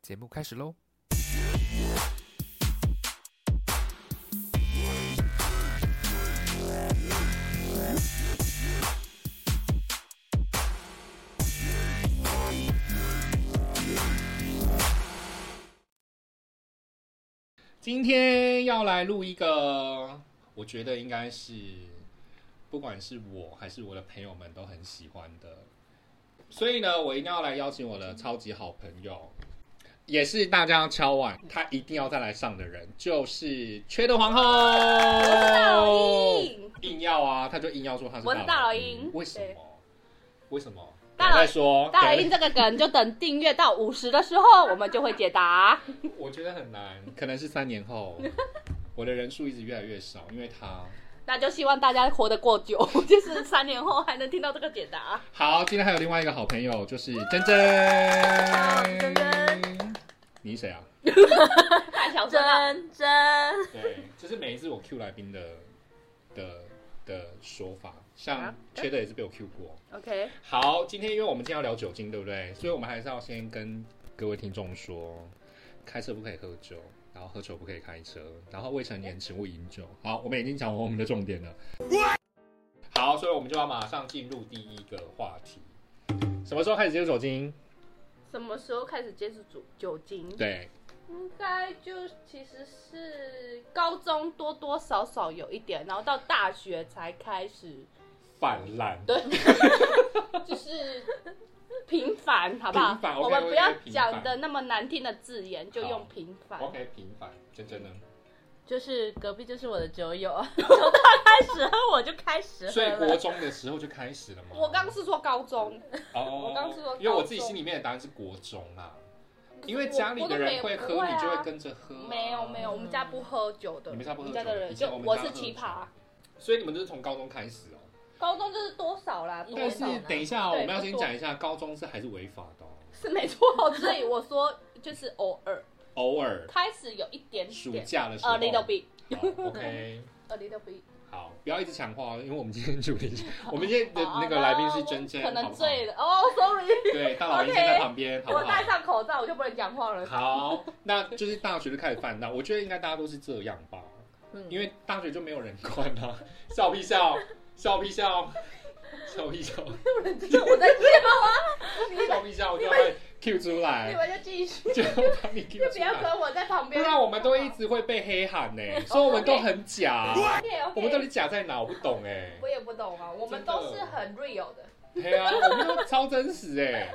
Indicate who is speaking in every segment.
Speaker 1: 节目开始喽！
Speaker 2: 今天要来录一个，我觉得应该是不管是我还是我的朋友们都很喜欢的，所以呢，我一定要来邀请我的超级好朋友，也是大家敲碗他一定要再来上的人，就是缺德皇后。
Speaker 3: 大老鹰，
Speaker 2: 硬要啊，他就硬要说他是
Speaker 3: 我是大老鹰
Speaker 2: 为什
Speaker 3: 对
Speaker 2: 么？为什么？
Speaker 3: 大老
Speaker 2: 再说，
Speaker 3: 大老
Speaker 2: 等一
Speaker 3: 鹰
Speaker 2: 下
Speaker 3: 这个梗就等订阅到五十的时候，我们就会解答。
Speaker 2: 我觉得很难，可能是三年后，我的人数一直越来越少，因为他。
Speaker 3: 那就希望大家活得过久， 就是三年后还能听到这个解答。
Speaker 2: 好，今天还有另外一个好朋友，就是珍珍。
Speaker 4: 珍珍
Speaker 2: 你是谁啊？
Speaker 3: 太小声了，
Speaker 4: 真真，
Speaker 2: 对，就是每一次我 Q 来宾的的的说法，像
Speaker 4: 啊
Speaker 2: 缺德也是被我 Q 过。
Speaker 4: OK，
Speaker 2: 好，今天因为我们今天要聊酒精，对不对？所以我们还是要先跟各位听众说，开车不可以喝酒，然后喝酒不可以开车，然后未成年请勿饮酒。好，我们已经讲完我们的重点了。好，所以我们就要马上进入第一个话题。什么时候开始接触酒精？
Speaker 4: 什么时候开始接触酒酒精？
Speaker 2: 对，
Speaker 3: 应该就其实是高中多多少少有一点，然后到大学才开 始，
Speaker 2: 泛滥。
Speaker 3: 对，就是频繁，好不
Speaker 2: 频繁
Speaker 3: 好？
Speaker 2: ，OK，
Speaker 3: 我们不要
Speaker 2: OK，频繁
Speaker 3: 讲的那么难听的字眼，就用频繁。
Speaker 2: OK，平凡，真真呢？
Speaker 4: 就是隔壁就是我的酒 友，从他开始喝我就开始喝
Speaker 2: 所以国
Speaker 4: 了。
Speaker 2: 中的时候就开始了吗？
Speaker 3: 我刚是说高中，
Speaker 2: 哦，
Speaker 3: 我刚是说
Speaker 2: 因为我
Speaker 3: 高
Speaker 2: 自己
Speaker 3: 中
Speaker 2: 心里面的答案是国中啊，
Speaker 3: 可是
Speaker 2: 因为
Speaker 3: 我
Speaker 2: 家里
Speaker 3: 我都
Speaker 2: 的
Speaker 3: 没
Speaker 2: 人
Speaker 3: 有
Speaker 2: 会喝，
Speaker 3: 不
Speaker 2: 你就
Speaker 3: 啊
Speaker 2: 会跟着喝。
Speaker 3: 没有没有，我们家不喝酒的。
Speaker 2: 你们家不喝
Speaker 3: 我
Speaker 2: 酒
Speaker 3: 家的人
Speaker 2: 以前
Speaker 3: 就
Speaker 2: 我们
Speaker 3: 我
Speaker 2: 家
Speaker 3: 是
Speaker 2: 喝
Speaker 3: 奇
Speaker 2: 酒
Speaker 3: 葩，
Speaker 2: 所以你们就是从高中开始哦。
Speaker 3: 高中就是多少啦，多
Speaker 2: 但
Speaker 3: 少
Speaker 2: 是等一下哦，我
Speaker 3: 对
Speaker 2: 们要
Speaker 3: 不
Speaker 2: 先
Speaker 3: 多
Speaker 2: 讲一下，高中是还是违法的哦，
Speaker 3: 是没错。所以我说就是偶尔
Speaker 2: 偶尔
Speaker 3: 开始有一点
Speaker 2: 暑
Speaker 3: 点，
Speaker 2: 假的时候。
Speaker 3: 呃，little bit，
Speaker 2: 好 OK，
Speaker 3: 呃，little bit。
Speaker 2: 好，不要一直强化，哦，因为我们今天主题 是，我们今天的那个来宾是真真，
Speaker 3: 啊
Speaker 2: 好
Speaker 3: 可能
Speaker 2: 不好
Speaker 3: 醉了哦，sorry，
Speaker 2: 对，大老爷
Speaker 3: OK，
Speaker 2: 站在旁边，好不
Speaker 3: 我
Speaker 2: 好？
Speaker 3: 戴上口罩我就不能讲话了。
Speaker 2: 好，那就是大学就开始泛滥，我觉得应该大家都是这样吧，
Speaker 4: 嗯
Speaker 2: 因为大学就没有人管啊， 笑屁笑，笑屁笑，笑屁 笑，
Speaker 3: 我在笑啊，
Speaker 2: 笑屁笑，我就会 Q 出
Speaker 3: 你
Speaker 2: 来，
Speaker 3: 们就继续，
Speaker 2: 就把你 Q
Speaker 3: 就
Speaker 2: 出
Speaker 3: 哎不要
Speaker 2: 来，
Speaker 3: 跟我哦在旁
Speaker 2: 不
Speaker 3: 边。
Speaker 2: 然我们都一直会被黑喊呢、所以我们都很假，啊
Speaker 3: OK，OK
Speaker 2: 我们到底假在哪？我不懂哎、
Speaker 3: 我也不懂啊，我们都是很 real 的，
Speaker 2: 对啊，我们都超真实哎、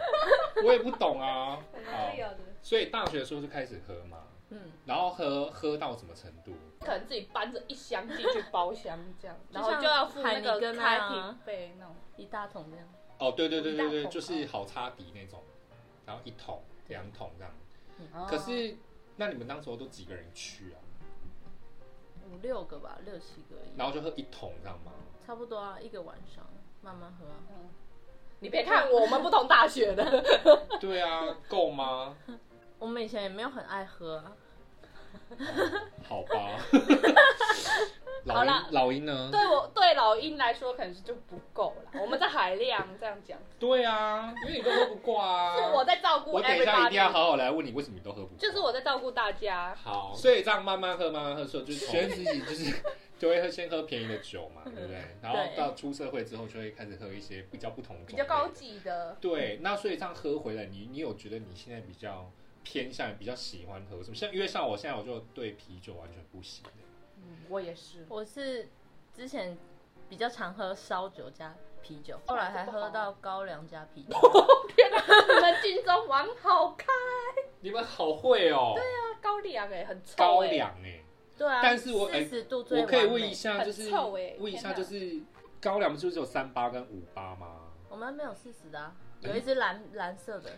Speaker 2: 我也不懂啊，
Speaker 3: 很
Speaker 2: 好，
Speaker 3: real 的，哦
Speaker 2: 所以大学的时候就开始喝嘛，
Speaker 4: 嗯，
Speaker 2: 然后喝喝到什么程度？
Speaker 3: 可能自己搬着一箱进去包厢这样，然
Speaker 4: 就像
Speaker 3: 后就要付那
Speaker 4: 海尼
Speaker 3: 个
Speaker 4: 根
Speaker 3: 开
Speaker 4: 啊
Speaker 3: 瓶费那种。
Speaker 4: 一大桶这样。
Speaker 2: 哦，对对对对
Speaker 3: 一
Speaker 2: 对，
Speaker 3: 大桶
Speaker 2: 就是好擦底那种，然后一桶、两桶这样。
Speaker 3: 哦
Speaker 2: 可是那你们当时候都几个人去啊？
Speaker 4: 五六个吧，六七个而已，
Speaker 2: 然后就喝一桶这样吗？
Speaker 4: 差不多啊，一个晚上慢慢喝啊。
Speaker 3: 哦你别看我，我们不同大学的，
Speaker 2: 对啊，够吗？
Speaker 4: 我们以前也没有很爱喝啊，
Speaker 2: 好吧。 老
Speaker 3: 好啦
Speaker 2: 鹰，老鹰呢？
Speaker 3: 对我对老鹰来说可能是就不够了。我们在海量这样 讲，
Speaker 2: 对啊，因为你都喝不过啊。
Speaker 3: 是我在照顾
Speaker 2: 我等一下一定要
Speaker 3: everybody，
Speaker 2: 好好来问你，为什么你都喝不过？
Speaker 3: 就是我在照顾大家。
Speaker 2: 好，所以这样慢慢喝，慢慢喝，所以就是觉得自己就是 就会喝先喝便宜的酒嘛，对不对？ 然后
Speaker 4: 对
Speaker 2: 到出社会之后，就会开始喝一些比较不同、
Speaker 3: 比较高级的，
Speaker 2: 对，那所以这样喝回来，你你有觉得你现在比较偏向比较喜欢喝什么？像因为像我现在我就对啤酒完全不行欸、
Speaker 3: 嗯，我也是。
Speaker 4: 我是之前比较常喝烧酒加啤酒，后来还喝到高粱加 啤酒。
Speaker 3: 你们金钟王好看，
Speaker 2: 你们好会哦、
Speaker 3: 高粱哎，很臭
Speaker 2: 高
Speaker 3: 哎
Speaker 2: 粱哎、
Speaker 4: 对啊，
Speaker 2: 但是我哎
Speaker 4: 四十度最
Speaker 2: 我可以
Speaker 4: 完
Speaker 2: 问一
Speaker 4: 美
Speaker 2: 下，
Speaker 3: 很
Speaker 2: 就是
Speaker 3: 臭欸
Speaker 2: 问一
Speaker 3: 天
Speaker 2: 下，
Speaker 3: 哪
Speaker 2: 就是高粱不是只有三八跟五八吗？
Speaker 4: 我们没有四十的、啊，
Speaker 2: 哎
Speaker 4: 有一只蓝蓝色 的，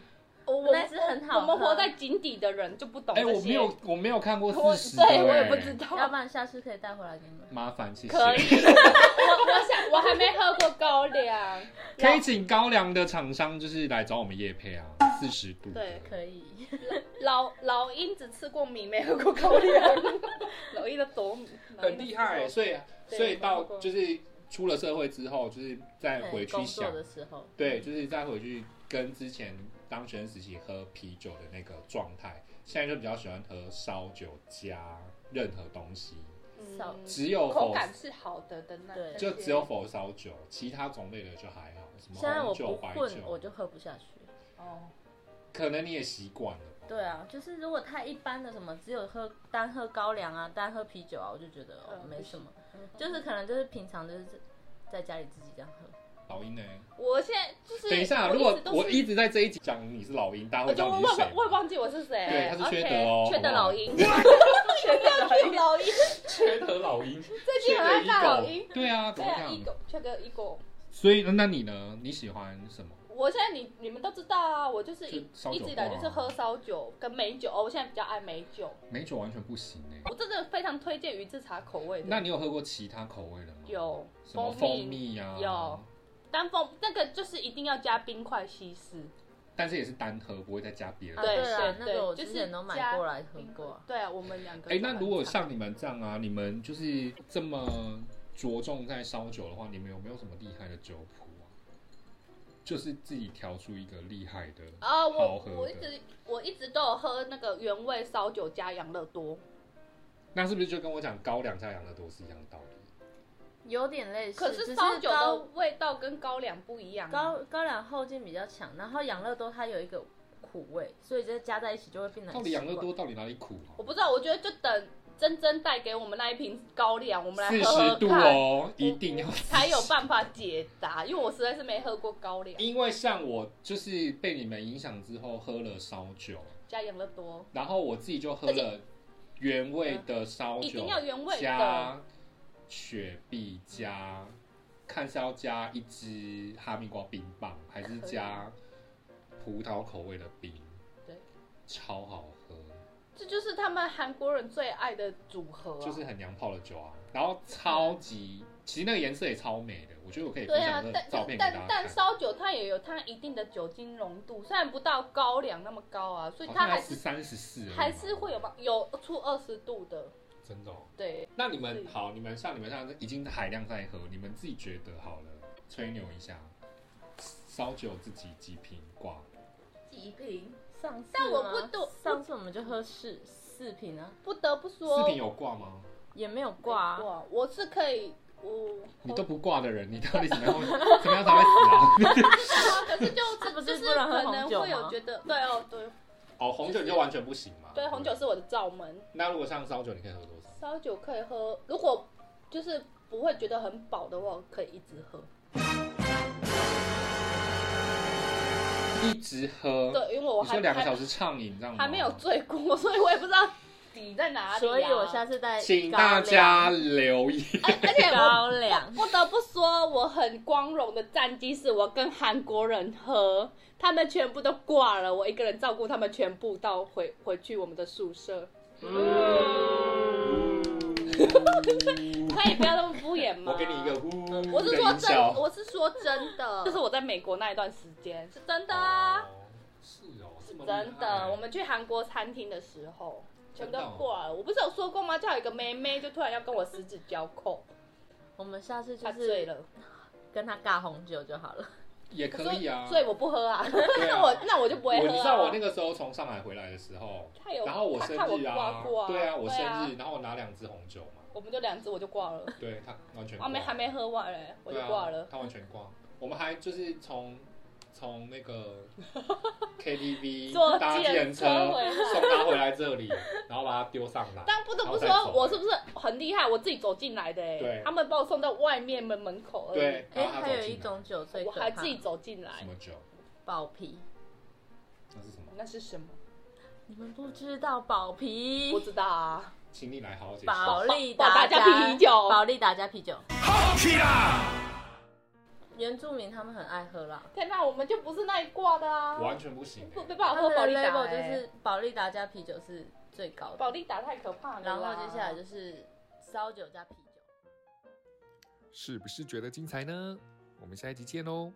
Speaker 3: 我我
Speaker 4: 那是很好
Speaker 3: 我们
Speaker 4: 喝
Speaker 3: 活在井底的人就不懂
Speaker 2: 哎、
Speaker 3: 这些。
Speaker 2: 我没有，哎我没有看过
Speaker 3: 我，
Speaker 2: 四十、欸
Speaker 3: 对我也不知。道。
Speaker 4: 要不然 下次可以带回来给你们。
Speaker 2: 麻烦，谢谢。
Speaker 3: 可以，我我想我还没喝过高 粱，
Speaker 2: 可以请高粱的厂商就是来找我们叶配啊，四十度。
Speaker 3: 对
Speaker 4: 可以，
Speaker 3: 老老鹰只吃过米，没喝过高粱。 老鹰的斗米
Speaker 2: 很厉害，欸所以
Speaker 3: 对
Speaker 2: 所以
Speaker 3: 我
Speaker 2: 到
Speaker 3: 看过
Speaker 2: 就是出了社会之后，就是再回去
Speaker 4: 工作
Speaker 2: 想，
Speaker 4: 的时候，
Speaker 2: 对，就是再回去跟之前当学生时期喝啤酒的那个状态，现在就比较喜欢喝烧酒加任何东西，
Speaker 4: 少
Speaker 3: 嗯
Speaker 2: 只有
Speaker 3: 口
Speaker 2: 否
Speaker 3: 感是好的的那
Speaker 4: 对
Speaker 3: 那
Speaker 2: 就
Speaker 3: 些
Speaker 2: 只有否烧酒，其他种类的就还好，什么
Speaker 4: 现在我
Speaker 2: 红
Speaker 4: 不
Speaker 2: 酒、白
Speaker 4: 混，我
Speaker 2: 酒，
Speaker 4: 就喝不下去。
Speaker 3: 哦，
Speaker 2: 可能你也习惯了吧。
Speaker 4: 对啊，就是如果太一般的什么，只有喝单喝高粱啊，单喝啤酒啊，我就觉得、哦、
Speaker 3: 嗯
Speaker 4: 没什么，
Speaker 3: 嗯
Speaker 4: 就是可能就是平常就是在家里自己这样喝。
Speaker 2: 老鹰呢？
Speaker 3: 我现在就是
Speaker 2: 等一下，
Speaker 3: 我
Speaker 2: 如果
Speaker 3: 直都
Speaker 2: 我
Speaker 3: 是
Speaker 2: 一直在这一集讲你是老鹰，大家
Speaker 3: 我
Speaker 2: 会知
Speaker 3: 就
Speaker 2: 道
Speaker 3: 我
Speaker 2: 你是谁
Speaker 3: 也我也忘记我是谁，
Speaker 2: 对他是缺德哦
Speaker 3: o k 缺德 老鹰，
Speaker 4: 缺德老
Speaker 3: 缺德老鹰，
Speaker 2: 缺德老鹰，
Speaker 3: 最近很爱大哎老鹰，
Speaker 2: 对啊，怎
Speaker 3: 对
Speaker 2: 么
Speaker 3: 啊，
Speaker 2: 样
Speaker 3: 一？狗缺德一狗。
Speaker 2: 所以那你呢？你喜欢什么？
Speaker 3: 我现在你你们都知道啊，我就是一
Speaker 2: 就烧酒
Speaker 3: 一直以来就是喝烧酒跟美酒哦，我现在比较爱美酒，
Speaker 2: 美酒完全不行哎、
Speaker 3: 我真的非常推荐宇治茶口味
Speaker 2: 那
Speaker 3: 的，
Speaker 2: 你有喝过其他口味的吗？
Speaker 3: 有
Speaker 2: 什么
Speaker 3: 蜂
Speaker 2: 蜂
Speaker 3: 蜜，
Speaker 2: 蜜啊？
Speaker 3: 有，单峰那个就是一定要加冰块稀释，
Speaker 2: 但是也是单喝，不会再加别的
Speaker 4: 啊，
Speaker 2: 东西。
Speaker 3: 对
Speaker 4: 对啊
Speaker 3: 对，
Speaker 4: 那
Speaker 3: 对
Speaker 4: 个我
Speaker 3: 就
Speaker 4: 之
Speaker 3: 是
Speaker 4: 前都买
Speaker 3: 加
Speaker 4: 过来喝
Speaker 3: 冰块
Speaker 4: 过啊。
Speaker 3: 对啊，我们两个。
Speaker 2: 哎、那如果像你们这样啊，你们就是这么着重在烧酒的话，你们有没有什么厉害的酒谱啊？就是自己调出一个厉害的。好
Speaker 3: 啊，我
Speaker 2: 喝的
Speaker 3: 我一直我一直都有喝那个原味烧酒加养乐多，
Speaker 2: 那是不是就跟我讲高粱加养乐多是一样的道理？
Speaker 4: 有点类似，
Speaker 3: 嗯可
Speaker 4: 只
Speaker 3: 是
Speaker 4: 是
Speaker 3: 烧酒的
Speaker 4: 高
Speaker 3: 味道跟高粱不一样啊。
Speaker 4: 高高粱后劲比较强，然后养乐多它有一个苦味，所以这加在一起就会变得
Speaker 2: 到
Speaker 4: 很
Speaker 2: 底
Speaker 4: 奇怪。
Speaker 2: 养乐多到底哪里苦啊
Speaker 3: 我？不知道，我觉得就等珍珍带给我们那一瓶高粱，我们来
Speaker 2: 四
Speaker 3: 喝喝
Speaker 2: 十度
Speaker 3: 看，
Speaker 2: 哦，一定要
Speaker 3: 才有办法解答。因为我实在是没喝过高粱，
Speaker 2: 因为像我就是被你们影响之后喝了烧酒，
Speaker 3: 加养乐多
Speaker 2: 然后我自己就喝了原味的烧
Speaker 3: 一定
Speaker 2: 酒，
Speaker 3: 要原味的，
Speaker 2: 加雪碧加，看是要加一支哈密瓜冰棒，还是加葡萄口味的冰？
Speaker 3: 对，
Speaker 2: 超好喝，
Speaker 3: 这就是他们韩国人最爱的组合啊。
Speaker 2: 就是很娘炮的酒啊，然后超级，其实那个颜色也超美的，我觉得我可以分
Speaker 3: 对啊
Speaker 2: 享那，个
Speaker 3: 但
Speaker 2: 照片给大
Speaker 3: 但
Speaker 2: 家看
Speaker 3: 但。烧酒它也有它一定的酒精浓度，虽然不到高粱那么高啊，所以
Speaker 2: 好
Speaker 3: 它
Speaker 2: 像
Speaker 3: 还
Speaker 2: 是
Speaker 3: 是
Speaker 2: 三十哦四，
Speaker 3: 还是会有吧，有出二十度的。
Speaker 2: 真的、哦。
Speaker 3: 对，
Speaker 2: 那你们
Speaker 3: 对
Speaker 2: 好，你们像你们像已经海量在喝，你们自己觉得好了，吹牛一下，烧酒自己几瓶挂，
Speaker 4: 几瓶？上次
Speaker 3: 但我
Speaker 4: 吗
Speaker 3: 不懂
Speaker 4: 上次我们就喝四四瓶啊，
Speaker 3: 不得不说，
Speaker 2: 四瓶有挂吗？
Speaker 4: 也没有挂啊。
Speaker 3: 哇，我是可以， 我
Speaker 2: 你都不挂的人，你到底怎么样 怎么样才会 死啊？
Speaker 3: 可是就
Speaker 4: 这不是
Speaker 3: 就是
Speaker 4: 不能喝
Speaker 3: 可
Speaker 4: 红
Speaker 3: 能
Speaker 4: 酒
Speaker 3: 会有
Speaker 4: 吗
Speaker 3: 觉得，对哦，对
Speaker 2: 哦，红酒你就完全不行嘛。
Speaker 3: 对，红酒是我的罩门，
Speaker 2: 那如果像烧酒，你可以喝多少？
Speaker 3: 烧酒可以喝，如果就是不会觉得很饱的话，我可以一直喝。
Speaker 2: 一直喝，
Speaker 3: 对，因为我
Speaker 2: 你说
Speaker 3: 还
Speaker 2: 两个
Speaker 3: 还
Speaker 2: 小时畅饮这样吗
Speaker 3: 还没有醉过，所以我也不知道底在哪里、啊。
Speaker 4: 所以我下次带
Speaker 2: 请
Speaker 4: 高
Speaker 2: 大家
Speaker 4: 粱
Speaker 2: 留意。
Speaker 3: 而而且我
Speaker 4: 高粱，
Speaker 3: 不得不说，我很光荣的战绩是我跟韩国人喝，他们全部都挂了，我一个人照顾他们全部到回回去我们的宿舍。可以不要那么敷衍吗？
Speaker 2: 我给你一个呜，
Speaker 3: 我是说真，
Speaker 2: 笑，
Speaker 3: 我是说真的，就是我在美国那一段时间是真的啊，
Speaker 2: 哦，是哦，这
Speaker 3: 是
Speaker 2: 么厉害
Speaker 3: 真的。啊我们去韩国餐厅的时候，全都过
Speaker 2: 哦
Speaker 3: 了。我不是有说过吗？叫一个妹妹就突然要跟我十指交扣，
Speaker 4: 我们下次就
Speaker 3: 她醉
Speaker 4: 是
Speaker 3: 了，哦
Speaker 4: 跟他尬红酒就好了。
Speaker 2: 也可以啊。
Speaker 3: 所以我不喝啊。
Speaker 2: 对啊
Speaker 3: 那我那我就不会喝
Speaker 2: 我
Speaker 3: 啊。
Speaker 2: 你知道我那个时候从上海回来的时候，
Speaker 3: 他有，
Speaker 2: 然后我
Speaker 3: 他
Speaker 2: 生
Speaker 3: 看我
Speaker 2: 日
Speaker 3: 挂过啊，
Speaker 2: 对啊，我生
Speaker 3: 啊
Speaker 2: 日，然后我拿两支红酒嘛，
Speaker 3: 我们就两只我就挂了，
Speaker 2: 对他完全
Speaker 3: 啊没
Speaker 2: 挂
Speaker 3: 还没喝完嘞，我就
Speaker 2: 对啊
Speaker 3: 挂了。
Speaker 2: 他完全挂。我们还就是从从那个
Speaker 3: 坐
Speaker 2: KTV 搭
Speaker 3: 计程
Speaker 2: 电
Speaker 3: 车
Speaker 2: 车
Speaker 3: 回来
Speaker 2: 送他回来这里，然后把他丢上来。
Speaker 3: 但不得
Speaker 2: 然
Speaker 3: 不
Speaker 2: 后再
Speaker 3: 说，
Speaker 2: 走
Speaker 3: 我是不是很厉害？我自己走进来的哎
Speaker 2: 对，
Speaker 3: 他们把我送到外面门门口而已，
Speaker 2: 对，
Speaker 4: 哎、
Speaker 2: 然后他
Speaker 4: 还
Speaker 2: 走
Speaker 4: 有一
Speaker 2: 进来
Speaker 4: 种酒最
Speaker 3: 我
Speaker 4: 可
Speaker 3: 还
Speaker 4: 怕，
Speaker 3: 自己走进来
Speaker 2: 什，么酒？
Speaker 4: 宝啤，
Speaker 2: 那是什么？
Speaker 3: 那是什么？
Speaker 4: 你们不知道宝啤
Speaker 3: 不，知道啊。
Speaker 2: 请你来好好解
Speaker 4: 保
Speaker 2: 释。
Speaker 4: 利
Speaker 3: 宝达
Speaker 4: 达
Speaker 3: 加啤酒
Speaker 4: 保利达加啤酒，
Speaker 2: 好屁 啦！
Speaker 4: 原住民他们很爱喝啦。
Speaker 3: 天哪，我们就不是那一挂的
Speaker 2: 我
Speaker 3: 啊，
Speaker 2: 完全不行欸。
Speaker 3: 我没办法
Speaker 4: 他
Speaker 3: 喝
Speaker 4: 们
Speaker 3: 保
Speaker 4: 的
Speaker 3: 利达
Speaker 4: label 就
Speaker 3: 欸，
Speaker 4: 是保利达加啤酒是最高的，
Speaker 3: 保利达太可怕了啦。
Speaker 4: 然后接下来就是烧酒加啤酒。
Speaker 1: 是不是觉得精彩呢？我们下一集见喽，哦